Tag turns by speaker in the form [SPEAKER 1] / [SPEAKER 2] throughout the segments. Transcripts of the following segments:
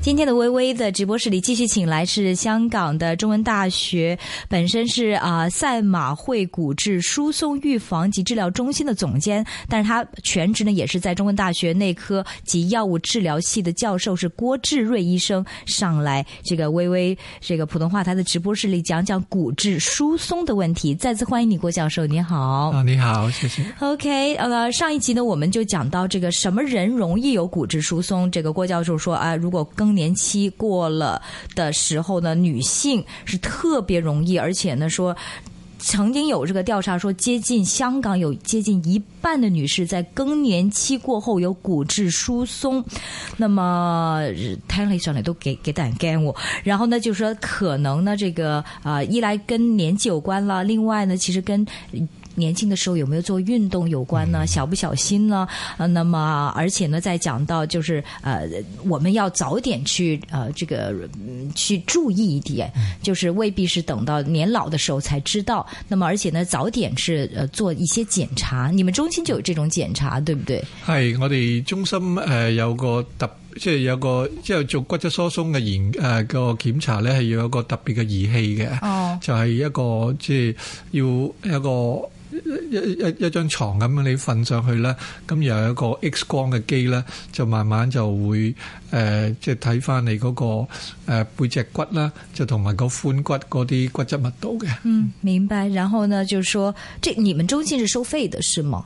[SPEAKER 1] 今天的微微的直播室里继续请来是香港的中文大学，本身是啊、呃赛马会骨质疏松预防及治疗中心的总监，但是他全职呢也是在中文大学内科及药物治疗系的教授，是郭志瑞医生上来这个微微这个普通话台的直播室里讲讲骨质疏松的问题。再次欢迎你，郭教授，你好。
[SPEAKER 2] 啊，你好，谢谢。
[SPEAKER 1] OK，呃，上一集呢，我们就讲到这个什么人容易有骨质疏松。这个郭教授说啊，如果更年期过了的时候呢，女性是特别容易，而且呢说。曾经有这个调查说，接近香港有接近一半的女士在更年期过后有骨质疏松，那么呃听起上嚟都几几得人惊喎。然后呢，就说可能呢，这个啊、呃一来跟年纪有关啦，另外呢，其实跟呃年轻的时候有没有做运动有关呢？小不小心呢？呃，那么而且呢，再讲到就是呃，我们要早点去呃这个、嗯去注意一点，就是未必是等到年老的时候才知道。那么而且呢，早点是呃做一些检查，你们中心就有这种检查，对不对？
[SPEAKER 2] 係我哋中心誒、呃有個特，即係有個即係做骨質疏鬆嘅研誒個檢查咧，係要有一個特別嘅儀器嘅。
[SPEAKER 1] 哦，
[SPEAKER 2] 就係一個即係要一個一一一一張床咁樣你瞓上去啦，咁又有一個 X 光嘅機咧，就慢慢就會誒、呃即係睇翻你嗰、個、呃、背脊骨啦，就同埋個髋骨嗰啲骨質密度嘅。
[SPEAKER 1] 嗯，明白。然后呢，就是说这你们中心是收费的，是吗？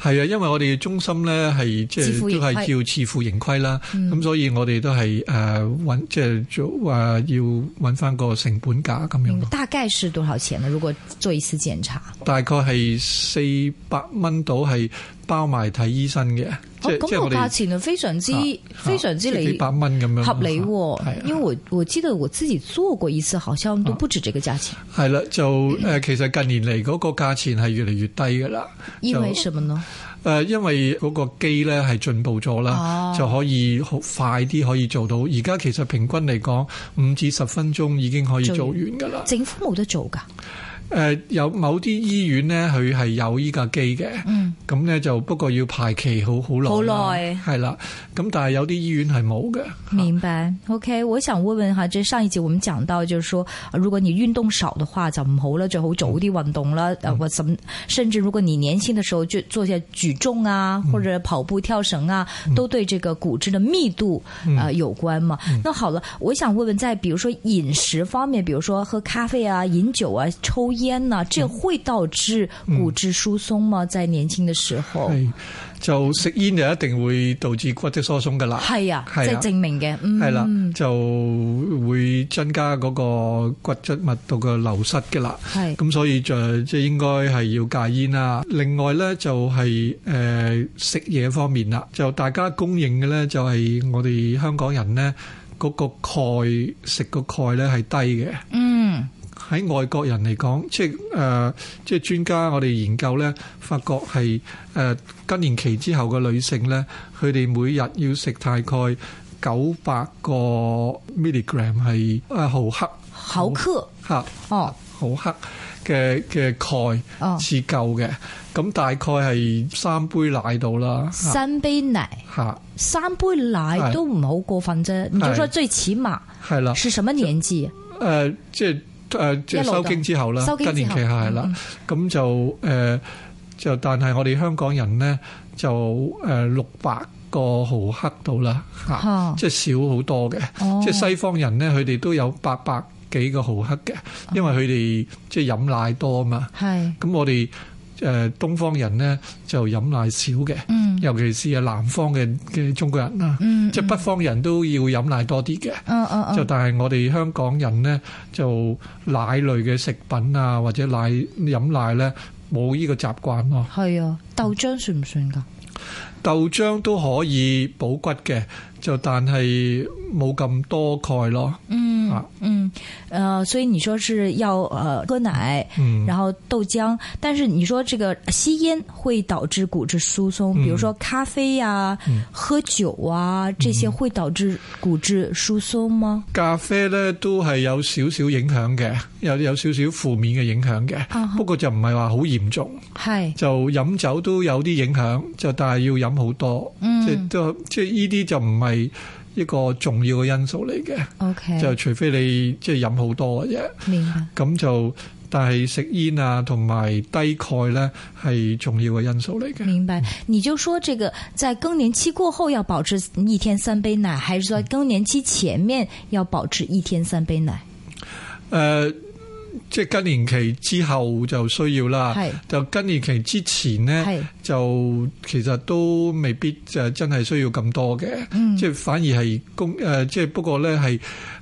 [SPEAKER 2] 係啊，因為我哋中心咧係即
[SPEAKER 1] 自
[SPEAKER 2] 係
[SPEAKER 1] 負盈
[SPEAKER 2] 都
[SPEAKER 1] 虧
[SPEAKER 2] 係叫自負盈虧啦，咁、
[SPEAKER 1] 嗯
[SPEAKER 2] 所以我哋都係誒揾即係做話、要揾翻個成本價咁樣
[SPEAKER 1] 嗯
[SPEAKER 2] 咯，
[SPEAKER 1] 大概是多少錢呢？如果做一次检查？
[SPEAKER 2] 大概係四百蚊到係包埋睇醫生嘅，即
[SPEAKER 1] 哦，
[SPEAKER 2] 係即
[SPEAKER 1] 咁
[SPEAKER 2] 係我
[SPEAKER 1] 個價
[SPEAKER 2] 哋。
[SPEAKER 1] 錢啊，非常之非常之
[SPEAKER 2] 啊即係幾
[SPEAKER 1] 理
[SPEAKER 2] 百蚊咁樣
[SPEAKER 1] 合理喎、
[SPEAKER 2] 係啊
[SPEAKER 1] 因為我我記得我自己做過一次，好像都不止這個價錢，
[SPEAKER 2] 係啦，就誒、呃其實近年嚟嗰個價錢係越嚟越低㗎啦。
[SPEAKER 1] 因為
[SPEAKER 2] 就
[SPEAKER 1] 什麼呢？
[SPEAKER 2] 誒、呃因為嗰個機咧係進步咗啦，
[SPEAKER 1] 哦
[SPEAKER 2] 就可以好快啲可以做到。而家其實平均嚟講，五至十分鐘已經可以做完㗎啦。
[SPEAKER 1] 政府冇得做㗎，
[SPEAKER 2] 誒、有某啲醫院咧，佢係有依架機嘅，咁咧、就不過要排期好好
[SPEAKER 1] 嗯
[SPEAKER 2] 耐，
[SPEAKER 1] 好耐嗯
[SPEAKER 2] 係啦。咁但係有啲醫院係冇嘅，
[SPEAKER 1] 明白？OK，我想問問下，即係上一節我們講到，就是說，呃如果你運動少的話就唔好啦，最好早啲運動啦，呃或甚甚至如果你年輕的時候就做些舉重啊，或者跑步、跳繩啊，都對這個骨質的密度呃有關嘛。那好了，我想问问，在比如说饮食方面，比如说喝咖啡啊、饮酒啊、抽烟呐、这会导致骨质疏松吗？在年轻的时候，
[SPEAKER 2] 係就食煙就一定會導致骨質疏鬆㗎啦。
[SPEAKER 1] 系啊，
[SPEAKER 2] 係
[SPEAKER 1] 即
[SPEAKER 2] 啊
[SPEAKER 1] 系证明嘅，嗯，
[SPEAKER 2] 係啦，就會增加嗰個骨質密度嘅流失嘅啦。
[SPEAKER 1] 係，
[SPEAKER 2] 咁所以就即係應該係要戒煙啦。另外咧就係、呃食嘢方面啦，就大家公認嘅咧就係、我哋香港人咧嗰、個鈣食個鈣咧係低嘅。
[SPEAKER 1] 嗯，
[SPEAKER 2] 喺外國人嚟講，即係誒、呃即係專家我哋研究咧，發覺係誒、呃更年期之後嘅女性咧，佢哋每日要食大概九百個 milligram 係啊毫克
[SPEAKER 1] 毫克
[SPEAKER 2] 嚇
[SPEAKER 1] 哦
[SPEAKER 2] 毫克嘅嘅鈣
[SPEAKER 1] 哦，
[SPEAKER 2] 至夠嘅，咁大概係三杯奶到啦嚇
[SPEAKER 1] 三杯奶，
[SPEAKER 2] 嚇，
[SPEAKER 1] 三杯奶
[SPEAKER 2] 係
[SPEAKER 1] 都唔好過分啫。你就
[SPEAKER 2] 係
[SPEAKER 1] 說最起碼
[SPEAKER 2] 係啦。
[SPEAKER 1] 是什麼年紀？
[SPEAKER 2] 誒、即係誒、即係
[SPEAKER 1] 一路
[SPEAKER 2] 收
[SPEAKER 1] 到
[SPEAKER 2] 經之後啦
[SPEAKER 1] 收，經之
[SPEAKER 2] 更
[SPEAKER 1] 後
[SPEAKER 2] 年期係啦，咁、就誒、就但係我哋香港人咧就誒六百個毫克到啦嚇，
[SPEAKER 1] 哦
[SPEAKER 2] 即係少好多嘅，
[SPEAKER 1] 哦
[SPEAKER 2] 即係西方人咧佢哋都有八百幾個毫克嘅，因為佢哋即係飲奶多啊嘛，
[SPEAKER 1] 係，
[SPEAKER 2] 咁我哋誒、東方人咧就飲奶少嘅，
[SPEAKER 1] 嗯
[SPEAKER 2] 尤其是係啊南方嘅嘅中國人啦，
[SPEAKER 1] 嗯
[SPEAKER 2] 即係北方人都要飲奶多啲嘅。
[SPEAKER 1] 嗯嗯
[SPEAKER 2] 就
[SPEAKER 1] 嗯，
[SPEAKER 2] 但係我哋香港人呢，就奶類嘅食品啊，或者奶飲奶呢，冇呢個習慣咯。
[SPEAKER 1] 係啊，豆漿算唔算㗎？
[SPEAKER 2] 豆漿都可以補骨嘅，就但係冇咁多鈣咯。
[SPEAKER 1] 嗯
[SPEAKER 2] 啊
[SPEAKER 1] 嗯，呃，所以你說是要呃喝奶，
[SPEAKER 2] 嗯，
[SPEAKER 1] 然后豆浆，但是你说这个吸烟会导致骨质疏
[SPEAKER 2] 嗯
[SPEAKER 1] 松，比如说咖啡呀、喝酒啊这
[SPEAKER 2] 嗯
[SPEAKER 1] 些会导致骨质疏松吗？
[SPEAKER 2] 咖啡呢都係有少少影響嘅，有有少少負面嘅影響嘅
[SPEAKER 1] 啊哈，
[SPEAKER 2] 不過就唔係話好嚴重。
[SPEAKER 1] 係，
[SPEAKER 2] 就飲酒
[SPEAKER 1] 嗯
[SPEAKER 2] 都有啲影響，就但係要飲好多，即係都即係呢啲就唔係一個重要嘅因素嚟嘅。
[SPEAKER 1] OK，
[SPEAKER 2] 就除非你即係飲好多嘅啫，
[SPEAKER 1] 明白。
[SPEAKER 2] 咁就但係食煙啊同埋低鈣呢係重要嘅因素嚟嘅。
[SPEAKER 1] 明白，你就说这个在更年期过后要保持一天三杯奶，还是说更年期前面要保持一天三杯奶？
[SPEAKER 2] 誒、
[SPEAKER 1] 嗯
[SPEAKER 2] 呃即係更年期之後就需要啦。
[SPEAKER 1] 係
[SPEAKER 2] 就更年期之前呢，
[SPEAKER 1] 係
[SPEAKER 2] 就其實都未必就真係需要咁多嘅，
[SPEAKER 1] 嗯
[SPEAKER 2] 即係反而係公誒、呃即係不過咧係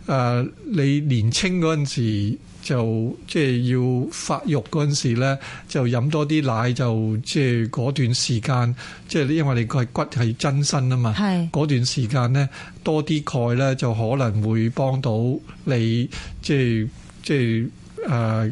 [SPEAKER 2] 誒你年青嗰陣時就即係要發育嗰陣時咧，就飲多啲奶就即係嗰段時間，即係因為你個係骨係真身啊嘛，
[SPEAKER 1] 係
[SPEAKER 2] 嗰段時間咧多啲鈣咧就可能會幫到你即係即係誒。呃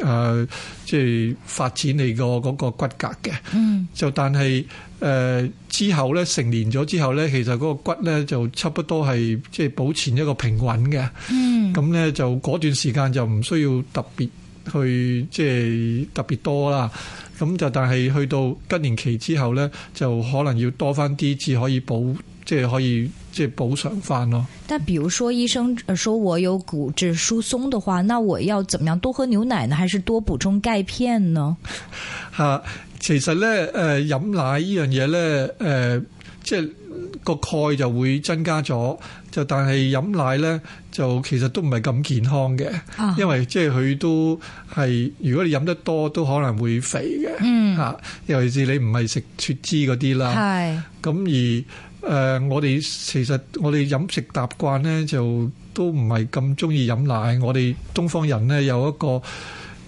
[SPEAKER 2] 誒、呃即係發展你個嗰個骨骼嘅。
[SPEAKER 1] 嗯，
[SPEAKER 2] 就但係誒、呃之後咧，成年咗之後咧，其實嗰個骨咧就差不多係即係保持一個平穩嘅。
[SPEAKER 1] 嗯，
[SPEAKER 2] 咁咧就嗰段時間就唔需要特別去即係特別多啦。咁就但係去到更年期之後咧，就可能要多翻啲，至可以補即係可以即係補償翻咯。
[SPEAKER 1] 但比如说医生呃说我有骨质疏松的话，那我要怎么样？多喝牛奶呢，还是多补充钙片呢？
[SPEAKER 2] 嚇、其實咧，誒、飲奶呢樣嘢咧，誒、即係個鈣就會增加咗，就但係飲奶咧就其實都唔係咁健康嘅，
[SPEAKER 1] 啊，
[SPEAKER 2] 因為即係佢都係如果你飲得多都可能會肥嘅嚇、
[SPEAKER 1] 嗯，
[SPEAKER 2] 尤其是你唔係食脱脂嗰啲啦。
[SPEAKER 1] 系
[SPEAKER 2] 咁而誒、呃我哋其實我哋飲食習慣咧就都唔係咁中意飲奶。我哋東方人咧有一個誒、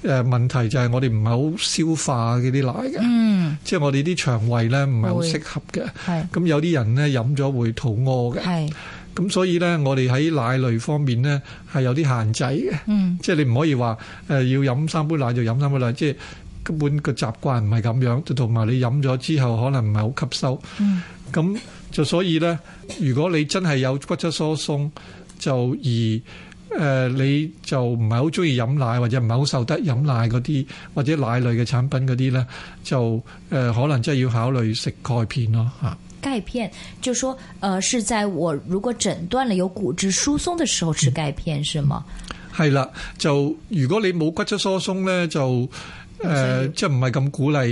[SPEAKER 2] 呃、問題就係我哋唔係好消化嗰啲奶嘅，
[SPEAKER 1] 嗯，
[SPEAKER 2] 即係我哋啲腸胃咧唔係好
[SPEAKER 1] 會
[SPEAKER 2] 適合嘅。
[SPEAKER 1] 系
[SPEAKER 2] 咁有啲人咧飲咗會肚屙嘅，
[SPEAKER 1] 系，
[SPEAKER 2] 咁所以咧我哋喺奶類方面咧係有啲限制嘅，
[SPEAKER 1] 嗯，
[SPEAKER 2] 即係你唔可以話誒、呃要飲三杯奶就飲三杯奶，即係根本個習慣唔係咁樣，同埋你飲咗之後可能唔係好吸收。
[SPEAKER 1] 嗯，
[SPEAKER 2] 咁就所以咧，如果你真係有骨質疏鬆，就而誒、呃你就唔係好中意飲奶，或者唔係好受得飲奶嗰啲，或者奶類嘅產品嗰啲咧，就誒、呃可能真係要考慮食鈣片咯啊嚇。
[SPEAKER 1] 钙片就说呃是在我如果诊断了有骨质疏松的时候吃钙片是吗？
[SPEAKER 2] 係啦，就如果你冇骨質疏鬆咧，就誒、呃即係唔係咁鼓勵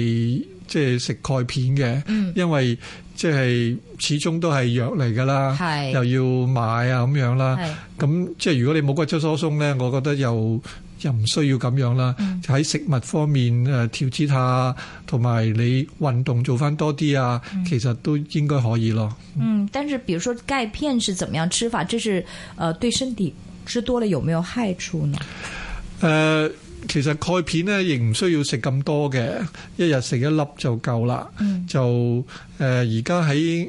[SPEAKER 2] 即係食鈣片嘅，因為即係始終都係藥嚟㗎啦，
[SPEAKER 1] 係
[SPEAKER 2] 又要買嗯啊咁樣啦。
[SPEAKER 1] 系
[SPEAKER 2] 咁即係如果你冇骨質疏鬆咧，我覺得又又唔需要咁樣啦。喺、食物方面誒、呃、調節下，同埋你運動做翻多啲啊，其實都應該可以咯。
[SPEAKER 1] 嗯，但是比如说钙片是怎么样吃法？这是呃对身体吃多了有没有害处呢？
[SPEAKER 2] 誒、呃其實鈣片咧亦唔需要食咁多嘅，一日食一粒就夠啦。
[SPEAKER 1] 嗯
[SPEAKER 2] 就誒而家喺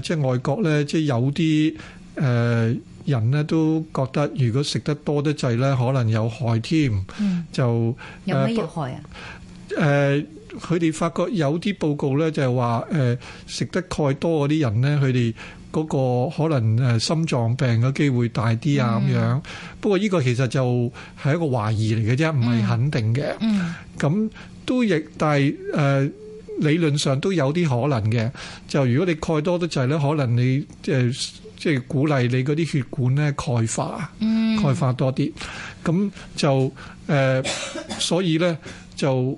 [SPEAKER 2] 誒即係外國咧，即係有啲誒、呃人咧都覺得，如果食得多得滯咧，可能有害添。
[SPEAKER 1] 嗯，
[SPEAKER 2] 就
[SPEAKER 1] 有
[SPEAKER 2] 呃
[SPEAKER 1] 咩
[SPEAKER 2] 不
[SPEAKER 1] 有害啊？
[SPEAKER 2] 誒，呃佢哋發覺有啲報告咧，就係話誒食得鈣多嗰啲人咧，佢哋嗰個可能誒呃心臟病嘅機會大啲啊咁樣。不過呢個其實就係一個懷疑嚟嘅啫，唔係肯定嘅。
[SPEAKER 1] 嗯
[SPEAKER 2] 咁都亦但係誒、呃理論上都有啲可能嘅。就如果你鈣多得滯咧，可能你即係即係鼓勵你嗰啲血管咧鈣化。
[SPEAKER 1] 嗯
[SPEAKER 2] 鈣化多啲，咁就誒、呃所以咧就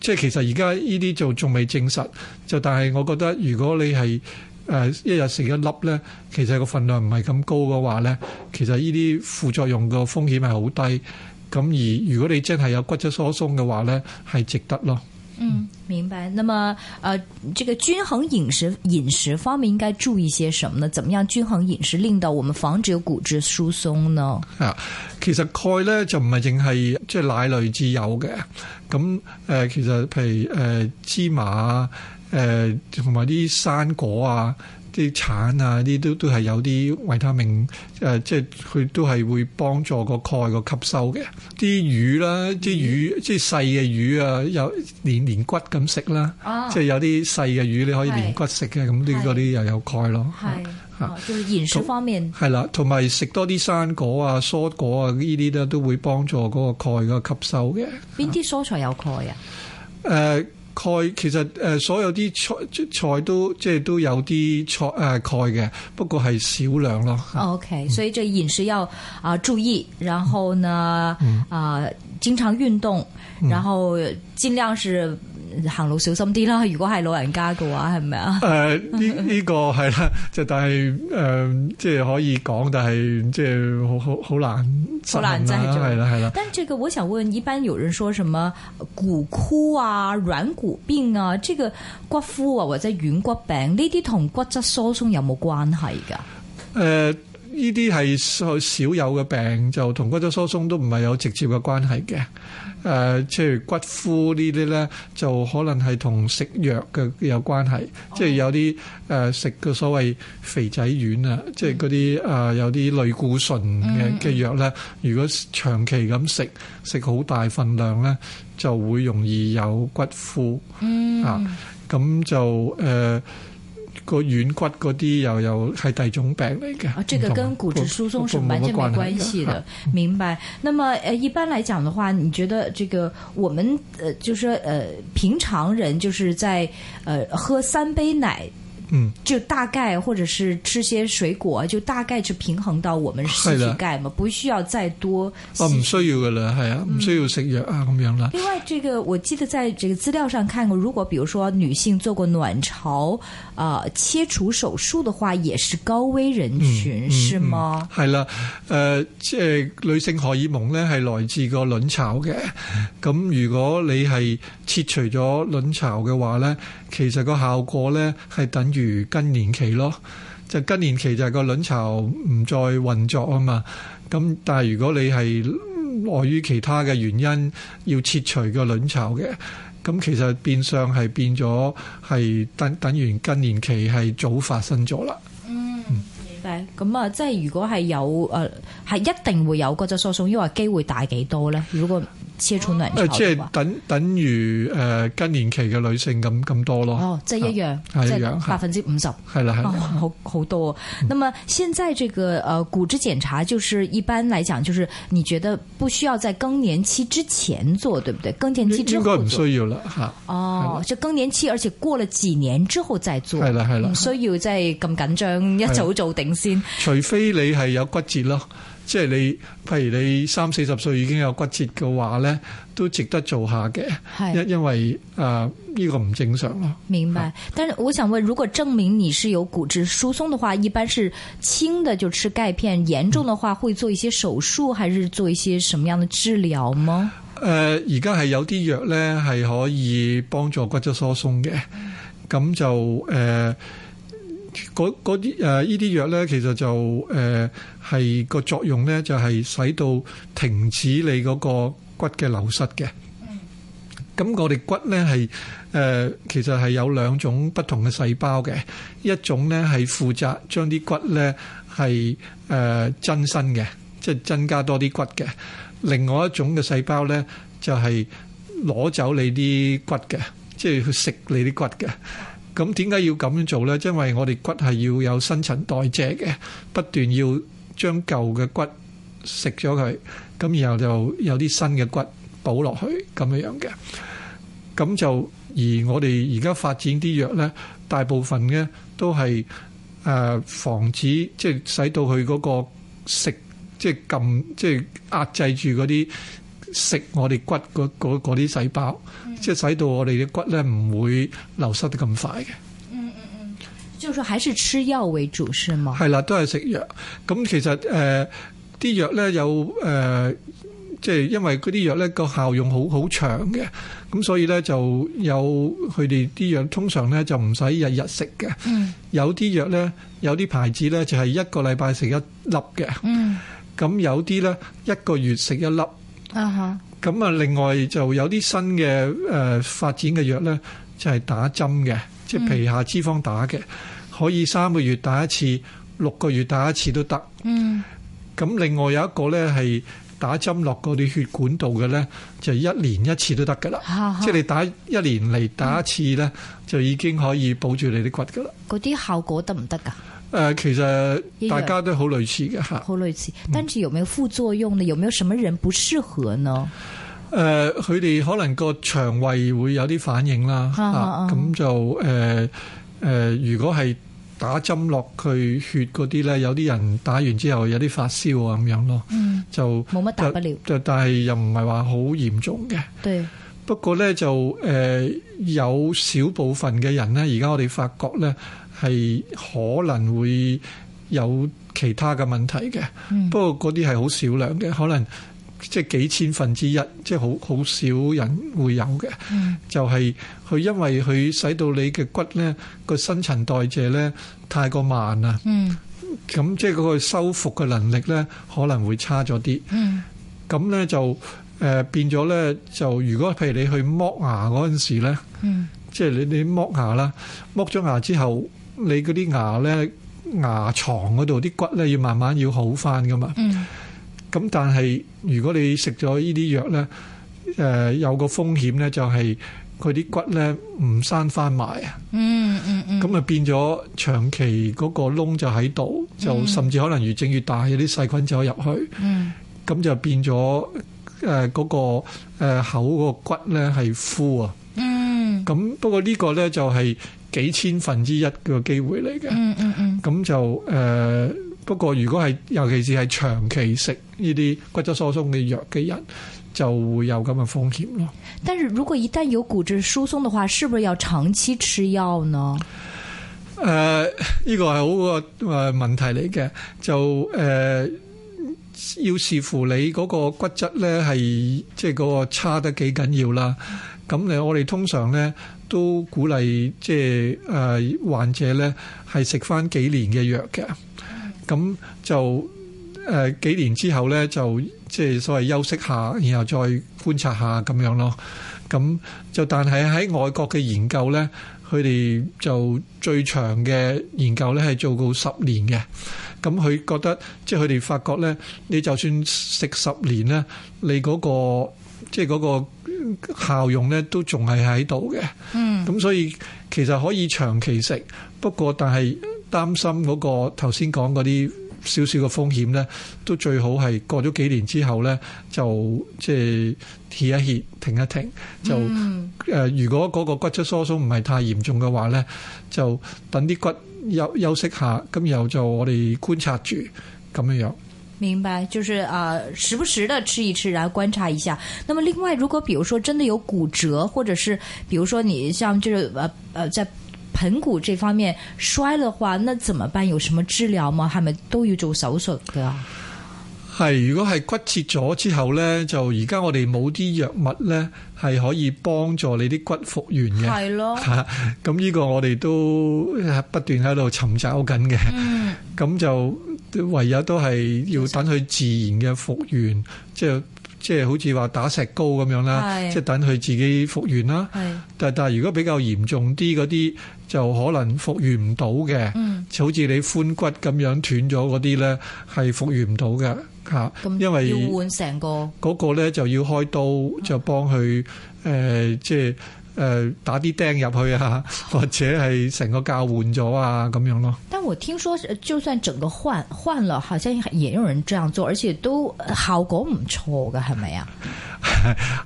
[SPEAKER 2] 即係其實而家呢啲就仲未證實，就但係我覺得如果你係誒、呃一日食一粒咧，其實個份量唔係咁高嘅話咧，其實呢啲副作用個風險係好低。咁而如果你真係有骨質疏鬆嘅話咧，係值得咯。
[SPEAKER 1] 嗯，明白。那么呃，这个均衡饮食饮食方面应该注意些什么呢？怎么样均衡饮食令到我们防止有骨质疏松呢？
[SPEAKER 2] 啊，其實鈣咧就唔係淨係即係奶類至有嘅，咁誒、呃其實譬如誒、呃芝麻啊，誒同埋啲生果啊。啲橙啊，啲都都係有啲維他命，誒、呃即係佢都係會幫助個鈣個吸收嘅。啲魚啦，啲魚即係細嘅魚啊，有連連骨咁食啦，
[SPEAKER 1] 啊
[SPEAKER 2] 即係有啲細嘅魚你可以
[SPEAKER 1] 係
[SPEAKER 2] 連骨食嘅，咁呢
[SPEAKER 1] 係
[SPEAKER 2] 嗰啲又有鈣咯。
[SPEAKER 1] 嗨，
[SPEAKER 2] 啊
[SPEAKER 1] 哦就是饮食方面，
[SPEAKER 2] 係啦，同埋食多啲生果啊、蔬果啊呢啲咧，都會幫助嗰個鈣嘅吸收嘅。
[SPEAKER 1] 边啲蔬菜有钙啊？
[SPEAKER 2] 誒、鈣其實誒、呃所有啲菜菜都即係都有啲菜誒、呃、鈣嘅，不過係少量咯。
[SPEAKER 1] OK，所以这饮食要啊、注意，然后呢啊、经常运動，然後尽量是嗯行路小心啲啦。如果係老人家嘅話，係咪啊？
[SPEAKER 2] 誒 呢呢個係啦，就但係誒、呃即係可以講，但係即係好好好難實行啦，
[SPEAKER 1] 好難真係做
[SPEAKER 2] 係啦係啦。
[SPEAKER 1] 但这个我想問，一般有人說什麼骨枯啊、軟骨病啊，这個骨枯啊或者軟骨病呢啲同骨質疏鬆有冇關係㗎？
[SPEAKER 2] 誒呃呢啲係少少有嘅病，就同骨質疏鬆都唔係有直接嘅關係嘅。誒、呃即係骨枯呢啲咧，就可能係同食藥嘅有關係，即係有啲誒、呃食嘅所謂肥仔丸啊，即係嗰啲誒有啲類固醇嘅嘅藥咧，如果長期咁食，食好大份量咧，就會容易有骨枯。
[SPEAKER 1] 嗯
[SPEAKER 2] 啊，咁就誒、呃、個軟骨嗰啲又又係第二種病嚟嘅。
[SPEAKER 1] 啊，这个
[SPEAKER 2] 唔同
[SPEAKER 1] 跟骨质疏松是
[SPEAKER 2] 不不
[SPEAKER 1] 完全
[SPEAKER 2] 冇乜
[SPEAKER 1] 没关
[SPEAKER 2] 係嘅
[SPEAKER 1] 系
[SPEAKER 2] 啊
[SPEAKER 1] 的，明白？那么呃，一般来讲的话，你觉得这个我们呃，就是说呃，平常人就是在呃喝三杯奶，
[SPEAKER 2] 嗯，
[SPEAKER 1] 就大概或者是吃些水果，就大概去平衡到我们
[SPEAKER 2] 是
[SPEAKER 1] 摄取
[SPEAKER 2] 的
[SPEAKER 1] 钙嘛，不需要再多
[SPEAKER 2] 哦，
[SPEAKER 1] 吸
[SPEAKER 2] 唔需要噶啦，係啊，唔需要食藥啊咁樣啦。
[SPEAKER 1] 另外，这个我记得在这个资料上看过，如果比如说女性做过卵巢呃切除手术的话，也是高危人群，
[SPEAKER 2] 嗯
[SPEAKER 1] 是
[SPEAKER 2] 嗯
[SPEAKER 1] 吗？
[SPEAKER 2] 係啦，誒、即係女性荷爾蒙咧係來自個卵巢嘅。咁如果你係切除咗卵巢嘅話咧，其實個效果咧係等於更年期咯。就更年期就係個卵巢唔再運作啊嘛。咁但係如果你係礙於其他嘅原因要切除個卵巢嘅。咁其實變相係變咗係等等於更年期係早發生咗啦。
[SPEAKER 1] 明白咁啊，即系如果系有誒，係、一定會有嗰質疏鬆，因為機會大幾多咧？如果切除卵巢
[SPEAKER 2] 誒，呃即
[SPEAKER 1] 嘅
[SPEAKER 2] 係
[SPEAKER 1] 話，
[SPEAKER 2] 等等於誒、呃更年期嘅女性咁咁多咯，
[SPEAKER 1] 哦，即係一樣，
[SPEAKER 2] 啊係
[SPEAKER 1] 即
[SPEAKER 2] 一樣
[SPEAKER 1] 係
[SPEAKER 2] 係
[SPEAKER 1] 百分之五十。
[SPEAKER 2] 係啦係
[SPEAKER 1] 哦，
[SPEAKER 2] 啦。
[SPEAKER 1] 好好多、哦。那么现在这个呃骨质检查，就是一般来讲，就是你觉得不需要在更年期之前做，对不对？更年期之
[SPEAKER 2] 應該
[SPEAKER 1] 后
[SPEAKER 2] 唔
[SPEAKER 1] 做
[SPEAKER 2] 需要啦嚇，
[SPEAKER 1] 哦，就更年期，而且過了幾年之後再做，嗯
[SPEAKER 2] 係啦係啦
[SPEAKER 1] 唔，需要即係咁緊張，一早做定先。
[SPEAKER 2] 除非你係有骨折咯，即係你譬如你三四十歲已經有骨折嘅話咧，都值得做下嘅，
[SPEAKER 1] 係
[SPEAKER 2] 因因為誒呢、個唔正常咯。
[SPEAKER 1] 明白，但是我想问，如果证明你是有骨质疏松的话，一般是轻的就吃钙片，严重的话会做一些手术，还是做一些什么样的治疗吗？
[SPEAKER 2] 誒呃而家係有啲藥咧係可以幫助骨質疏鬆嘅，咁就誒嗰嗰啲誒呃呢啲藥咧，其實就誒係個作用咧，就係使到停止你嗰個骨嘅流失嘅。咁我哋骨咧係誒其實係有兩種不同嘅細胞嘅，一種咧係負責將啲骨咧係誒增生嘅，即係增加多啲骨嘅。另外一種嘅細胞咧，就係攞走你啲骨嘅，即係去食你啲骨嘅。咁點解要咁樣做咧？因為我哋骨係要有新陳代謝嘅，不斷要將舊嘅骨食咗佢，咁然後就有啲新嘅骨補落去咁樣樣嘅。咁就而我哋而家發展啲藥咧，大部分咧都係誒、呃防止即係使到佢嗰個食即係撳即係壓制住嗰啲食我哋骨嗰嗰嗰啲細胞，即係使到我哋嘅骨咧唔會流失得咁快嘅。
[SPEAKER 1] 就是说还是吃药为主是吗？
[SPEAKER 2] 係啦，都係食藥。咁其實誒啲、藥咧有誒、呃即係因為嗰啲藥咧個效用好好長嘅，咁所以咧就有佢哋啲藥通常咧就唔使日日食嘅。
[SPEAKER 1] 嗯
[SPEAKER 2] 有啲藥咧，有啲牌子咧就係一個禮拜食一粒嘅，
[SPEAKER 1] 嗯
[SPEAKER 2] 咁有啲咧一個月食一粒。
[SPEAKER 1] 啊哈，
[SPEAKER 2] 咁啊，另外就有啲新嘅誒、呃、發展嘅藥咧，就係、打針嘅，即係皮下脂肪打嘅，可以三個月打一次，六個月打一次都得。
[SPEAKER 1] 嗯
[SPEAKER 2] 咁另外有一個咧係打針落嗰啲血管度嘅咧，就一年一次都得噶啦。
[SPEAKER 1] 哈啊哈
[SPEAKER 2] 即係，你打一年嚟打一次咧，就已經可以保住你啲骨噶啦。
[SPEAKER 1] 嗰啲效果得唔得噶？
[SPEAKER 2] 誒、其實大家都好類似嘅嚇。
[SPEAKER 1] 好类似，但是有没有副作用呢？有没有什么人不适合呢？
[SPEAKER 2] 誒、誒呃佢哋可能個腸胃會有啲反應啦，
[SPEAKER 1] 啊啊啊
[SPEAKER 2] 啊咁就誒誒、呃如果係打針落佢血嗰啲咧，有啲人打完之後有啲發燒啊咁樣咯，
[SPEAKER 1] 嗯，
[SPEAKER 2] 就
[SPEAKER 1] 冇乜大不了，
[SPEAKER 2] 就但係又唔係話好嚴重嘅。
[SPEAKER 1] 對，
[SPEAKER 2] 不過咧就誒、呃有少部分嘅人咧，而家我哋發覺咧係可能會有其他嘅問題嘅。
[SPEAKER 1] 嗯
[SPEAKER 2] 不過嗰啲係好少量嘅，可能即係幾千分之一，即係好好少人會有嘅。
[SPEAKER 1] 嗯
[SPEAKER 2] 就係、佢因為佢使到你嘅骨咧個新陳代謝咧太過慢啊，
[SPEAKER 1] 嗯
[SPEAKER 2] 咁即係嗰個修復嘅能力咧可能會差咗啲。
[SPEAKER 1] 嗯
[SPEAKER 2] 咁咧就誒、呃、變咗咧，就如果譬如你去剝牙嗰陣時咧，
[SPEAKER 1] 嗯
[SPEAKER 2] 即係你你剝牙啦，剝咗牙之後，你嗰啲牙咧牙床嗰度啲骨咧要慢慢要好翻噶嘛。
[SPEAKER 1] 嗯
[SPEAKER 2] 咁但係如果你食咗呢啲藥咧，誒、有個風險咧就係佢啲骨咧唔生翻埋啊，
[SPEAKER 1] 嗯嗯嗯，
[SPEAKER 2] 咁啊變咗長期嗰個窿就喺度，就甚至可能越整越大，有啲細菌走入去，
[SPEAKER 1] 嗯
[SPEAKER 2] 咁就變咗誒嗰個誒、口個骨咧係枯啊。
[SPEAKER 1] 嗯
[SPEAKER 2] 咁不過呢個咧就係幾千分之一嘅機會嚟嘅。
[SPEAKER 1] 嗯嗯嗯
[SPEAKER 2] 咁就誒、呃不過如果係尤其是係長期食呢啲骨質疏鬆嘅藥嘅人，就會有咁嘅風險咯。
[SPEAKER 1] 但是如果一旦有骨质疏鬆的話，是不是要長期吃藥呢？
[SPEAKER 2] 誒、呃呢個係好個誒問題嚟嘅，就誒、呃要視乎你嗰個骨質咧係即係嗰個差得幾緊要啦。咁你我哋通常咧都鼓勵即係誒、呃患者咧係食翻幾年嘅藥嘅，咁就。誒、呃、幾年之後咧，就即係所謂休息下，然後再觀察下咁樣咯。咁就但係喺外國嘅研究咧，佢哋就最長嘅研究咧係做過十年嘅。咁佢覺得即係佢哋發覺咧，你就算食十年咧，你嗰、個即係嗰個嗯效用咧都仲係喺度嘅。
[SPEAKER 1] 嗯
[SPEAKER 2] 咁所以其實可以長期食，不過但係擔心嗰、個頭先講嗰啲少少嘅風險呢，都最好係過咗幾年之後呢，就即係歇一歇，停一停。就誒、
[SPEAKER 1] 嗯
[SPEAKER 2] 呃如果嗰個骨質疏鬆唔係太嚴重嘅話呢，就等啲骨休休息下，咁然後就我哋觀察住咁樣樣。
[SPEAKER 1] 明白，就是啊、呃时不时的吃一吃，然后观察一下。那么，另外，如果比如说真的有骨折，或者是比如说你像就是呃呃在盆骨这方面摔的话，那怎么办？有什么治疗吗？系咪都要做手术噶？
[SPEAKER 2] 係，如果係骨折咗之後呢，就而家我哋冇啲藥物呢，係可以幫助你啲骨復原嘅。
[SPEAKER 1] 系咯，
[SPEAKER 2] 嚇 咁呢個我哋都呃不斷喺度尋找緊嘅，
[SPEAKER 1] 嗯
[SPEAKER 2] 咁就唯有都係要等佢自然嘅復原，即係即係好似話打石膏咁樣啦，
[SPEAKER 1] 係
[SPEAKER 2] 即係等佢自己復原啦。
[SPEAKER 1] 系，
[SPEAKER 2] 但但係如果比較嚴重啲嗰啲，就可能復原唔到嘅，
[SPEAKER 1] 嗯，
[SPEAKER 2] 就好似你髖骨咁樣斷咗嗰啲咧，係復原唔到嘅嚇，
[SPEAKER 1] 咁
[SPEAKER 2] 因為
[SPEAKER 1] 要换成个，
[SPEAKER 2] 嗰個咧就要開刀，就幫佢誒、呃即係誒、呃打啲釘入去啊， 或者係成個教換咗啊咁樣咯。
[SPEAKER 1] 但我听说呃就算整个换换了，好像也有人这样做，而且都呃效果唔错噶，系咪啊？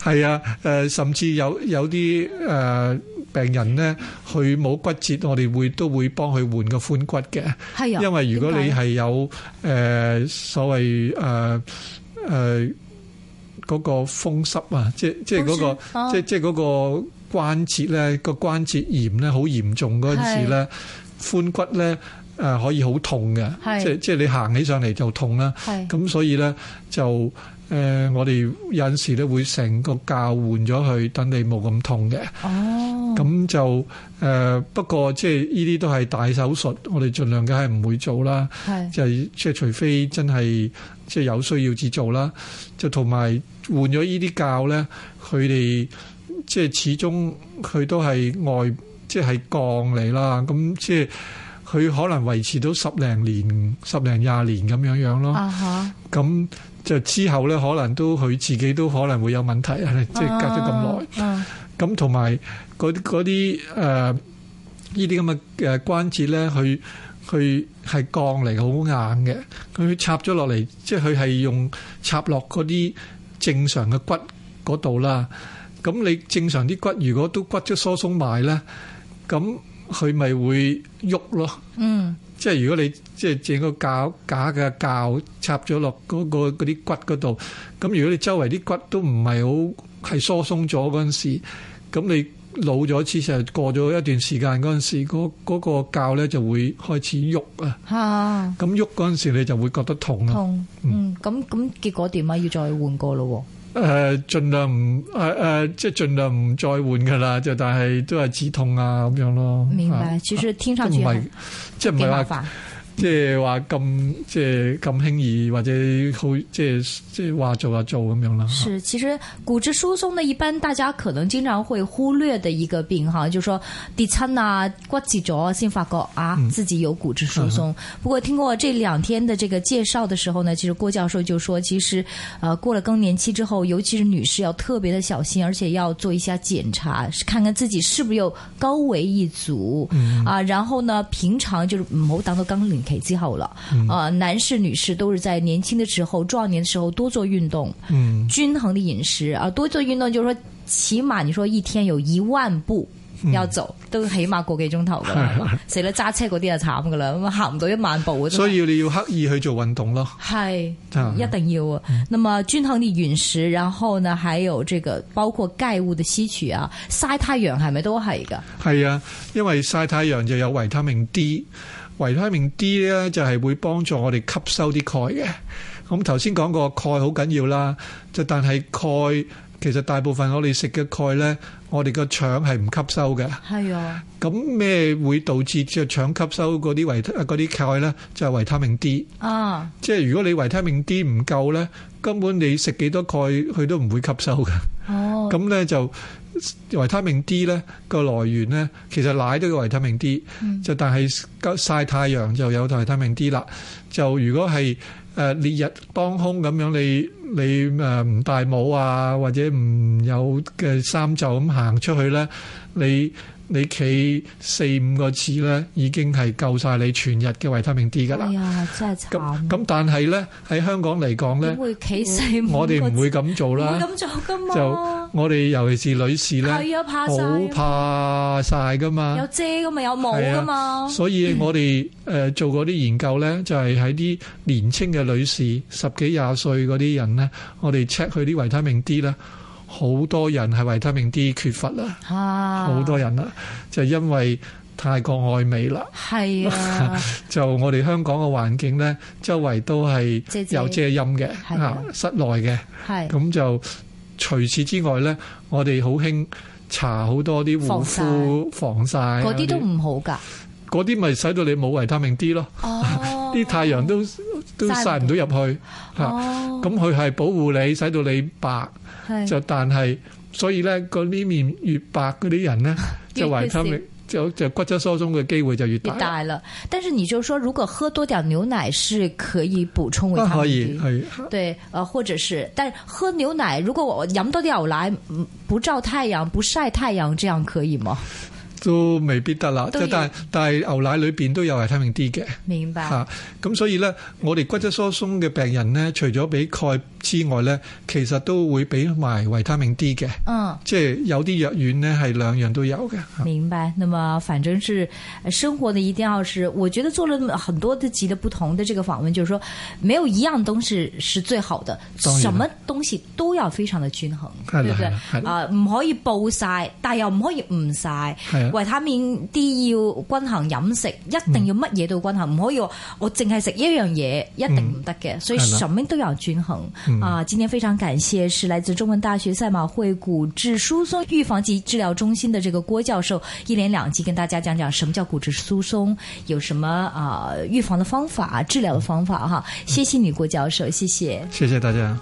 [SPEAKER 2] 係啊，誒、甚至有有啲誒、呃病人咧，佢冇骨折，我哋會都會幫佢換個髖骨嘅，
[SPEAKER 1] 系啊，
[SPEAKER 2] 因為如果你
[SPEAKER 1] 點解
[SPEAKER 2] 係有誒、呃所謂誒誒。呃嗰個風濕啊，即即係嗰、個
[SPEAKER 1] 風濕哦
[SPEAKER 2] 即即係嗰個關節咧，個關節炎咧好嚴重嗰陣時咧，髖骨咧誒、呃可以好痛
[SPEAKER 1] 係
[SPEAKER 2] 嘅，即即係你行起上嚟就痛啦。
[SPEAKER 1] 係
[SPEAKER 2] 咁所以咧就誒、呃我哋有陣時咧會成個教換咗佢，等你冇咁痛嘅。
[SPEAKER 1] 哦，
[SPEAKER 2] 咁就誒、呃不過即係呢啲都係大手術，我哋盡量梗係唔會做啦。
[SPEAKER 1] 系。
[SPEAKER 2] 就係即係除非真係即係有需要至做啦，就同埋換咗呢啲教咧，佢哋即係始終佢都係外即係降嚟啦，咁即係佢可能維持到十零年、十零廿年咁樣樣咯。
[SPEAKER 1] 啊哈！
[SPEAKER 2] 咁、就之後咧，可能都佢自己都可能會有問題啊，即係隔咗咁耐。
[SPEAKER 1] 耐，
[SPEAKER 2] 咁同埋嗰啲嗰啲誒呢啲咁嘅誒關節咧，佢佢係鋼嚟，好硬嘅。佢插咗落嚟，即係佢係用插落嗰啲正常嘅骨嗰度啦。咁你正常啲骨如果都骨質疏鬆埋咧，咁佢咪會喐咯。
[SPEAKER 1] 嗯
[SPEAKER 2] 即係如果你即係整個教假嘅教插咗落嗰個嗰啲骨嗰度，咁如果你周圍啲骨都唔係好係疏鬆咗嗰陣時，咁你老咗黐實過咗一段時間嗰陣時，嗰、嗰個教咧就會開始喐啊，
[SPEAKER 1] 吓
[SPEAKER 2] 咁喐嗰陣時你就會覺得痛啦。
[SPEAKER 1] 痛，嗯咁咁結果點啊？要再換過咯
[SPEAKER 2] 誒、盡量唔誒誒，即係盡量唔再換噶啦，就但係都係止痛啊咁樣咯。
[SPEAKER 1] 喎，明
[SPEAKER 2] 啊
[SPEAKER 1] 白？其實聽
[SPEAKER 2] 都
[SPEAKER 1] 上
[SPEAKER 2] 唔
[SPEAKER 1] 去
[SPEAKER 2] 係
[SPEAKER 1] 很
[SPEAKER 2] 即係唔
[SPEAKER 1] 幾
[SPEAKER 2] 係
[SPEAKER 1] 麻
[SPEAKER 2] 話。
[SPEAKER 1] 煩，
[SPEAKER 2] 即係話咁，即係咁輕易或者好，即係即係話做就做咁樣啦。
[SPEAKER 1] 是，其實骨質疏鬆呢，一般大家可能經常會忽略的一個病哈，就說跌親啊、骨折咗先發覺啊自己有骨質疏鬆。不過聽過這兩天的這個介紹的時候呢，其實郭教授就說，其實呃過了更年期之後，尤其是女士要特別的小心，而且要做一下檢查，看看自己是不是有高危一族、啊。然後呢，平常就是唔好等到更年期之後了，呃，男士女士都是在年輕的時候、壯年的時候多做運動。
[SPEAKER 2] 嗯
[SPEAKER 1] 均衡的饮食啊，多做运动，就是说起码你说一天有一萬步。
[SPEAKER 2] 嗯
[SPEAKER 1] 要走都起碼個幾鐘頭噶 啦，死啦揸車嗰啲就慘噶啦，咁啊行唔到一萬步嘅。
[SPEAKER 2] 所以你要刻意去做運動咯。
[SPEAKER 1] 係
[SPEAKER 2] 啊
[SPEAKER 1] 一定要啊。那麼均衡的飲食，然後呢，還有這個包括钙物的吸取啊，曬太陽係咪都係噶？
[SPEAKER 2] 係啊，因為曬太陽就有維他命 D，維他命 D 咧就係會幫助我哋吸收啲鈣嘅。咁頭先講過鈣好緊要啦，就但係鈣其實大部分我哋食嘅鈣咧，我哋個腸係唔吸收嘅。
[SPEAKER 1] 係啊，
[SPEAKER 2] 咁咩會導致隻腸吸收嗰啲維他嗰啲鈣咧？就係、維他命 D。
[SPEAKER 1] 啊
[SPEAKER 2] 即係如果你維他命 D 唔夠呢，根本你食幾多鈣佢都唔會吸收嘅。
[SPEAKER 1] 哦，
[SPEAKER 2] 咁呢，就維他命 D 呢個來源呢，其實奶都有維他命 D，就但係曬太陽就有維他命 D 啦。就如果係誒烈日當空咁樣，你你誒唔戴帽啊，或者唔有嘅衫就咁行出去呢，你你企四五個次呢，已經係夠晒你全日嘅維他命 D 㗎啦
[SPEAKER 1] 哎。呀真係
[SPEAKER 2] 咁
[SPEAKER 1] 慘，
[SPEAKER 2] 咁，但係咧喺香港嚟
[SPEAKER 1] 點
[SPEAKER 2] 講咧，
[SPEAKER 1] 會企死
[SPEAKER 2] 我哋唔會咁做
[SPEAKER 1] 唔會
[SPEAKER 2] 啦。
[SPEAKER 1] 咁做噶嘛
[SPEAKER 2] 就？我哋尤其是女士咧，
[SPEAKER 1] 係啊，怕晒
[SPEAKER 2] 好怕晒噶
[SPEAKER 1] 有
[SPEAKER 2] 嘛，
[SPEAKER 1] 遮噶嘛，有帽噶嘛。
[SPEAKER 2] 所以我哋誒做嗰啲研究咧，就係喺啲年青嘅女士，十幾廿歲嗰啲人咧，我哋 check 佢啲維他命 D 咧，好多人係維他命 D 缺乏啦，
[SPEAKER 1] 啊，
[SPEAKER 2] 好多人啦，就因為太過愛美啦。
[SPEAKER 1] 係啊，
[SPEAKER 2] 就我哋香港嘅環境呢，周圍都係
[SPEAKER 1] 遮遮
[SPEAKER 2] 有遮陰嘅，
[SPEAKER 1] 係啊
[SPEAKER 2] 啊室內嘅，
[SPEAKER 1] 係
[SPEAKER 2] 咁就除此之外呢，我哋好興搽好多啲護膚防曬，啊
[SPEAKER 1] 嗰啲都唔好㗎。
[SPEAKER 2] 嗰啲咪使到你冇維他命 D 咯，
[SPEAKER 1] 哦，
[SPEAKER 2] 啲太陽都都
[SPEAKER 1] 曬
[SPEAKER 2] 曬
[SPEAKER 1] 唔
[SPEAKER 2] 唔到入去，嚇
[SPEAKER 1] 哦，嗯
[SPEAKER 2] 咁佢係保護你，使到你白，
[SPEAKER 1] 係
[SPEAKER 2] 就但係所以呢，嗰啲面越白嗰 啲人呢，
[SPEAKER 1] 越
[SPEAKER 2] 就維他
[SPEAKER 1] 缺少
[SPEAKER 2] 命就就骨質疏鬆嘅機會就越
[SPEAKER 1] 越
[SPEAKER 2] 大啦。
[SPEAKER 1] 大了。但是你就說，如果喝多點牛奶是可以補充維
[SPEAKER 2] 啊
[SPEAKER 1] 他命
[SPEAKER 2] 可以
[SPEAKER 1] D
[SPEAKER 2] 係。
[SPEAKER 1] 对，呃，或者是，但是喝牛奶，如果我飲多啲牛奶，嗯不照太陽，不曬太陽，這樣可以 嗎？
[SPEAKER 2] 都未必得啦，
[SPEAKER 1] 都要
[SPEAKER 2] 即係但係但係牛奶裏邊都有維他命 D 嘅
[SPEAKER 1] 明白。
[SPEAKER 2] 嚇，咁、所以咧，我哋骨質疏鬆嘅病人咧，除咗俾鈣之外咧，其實都會俾埋維他命 D 嘅，
[SPEAKER 1] 嗯。
[SPEAKER 2] 即係有啲藥丸咧係兩樣都有嘅。嚇
[SPEAKER 1] 明白，那么反正是呃生活的，一定要是我觉得做了很多的集的不同的这个访问，就是说没有一样东西是最好的，
[SPEAKER 2] 当然哎
[SPEAKER 1] 什么东西都要非常的均衡，
[SPEAKER 2] 系啦
[SPEAKER 1] 对不对
[SPEAKER 2] 系啦系？啦
[SPEAKER 1] 啊，唔可以暴晒，但又唔可以唔晒。
[SPEAKER 2] 系啊
[SPEAKER 1] 維他命 D 要均衡飲食，一定要乜嘢都均衡，唔可以話我淨係食一樣嘢，一定唔得嘅。所以
[SPEAKER 2] 嗯係啦嗯
[SPEAKER 1] 什麼都要均衡啊！今天非常感謝是來自中文大學賽馬會骨質疏鬆預防及治療中心的這個郭教授，一連兩集跟大家講講什麼叫骨質疏鬆，有什麼啊預防的方法、治療的方法哈。謝謝你，郭教授，謝謝。
[SPEAKER 2] 謝謝大家。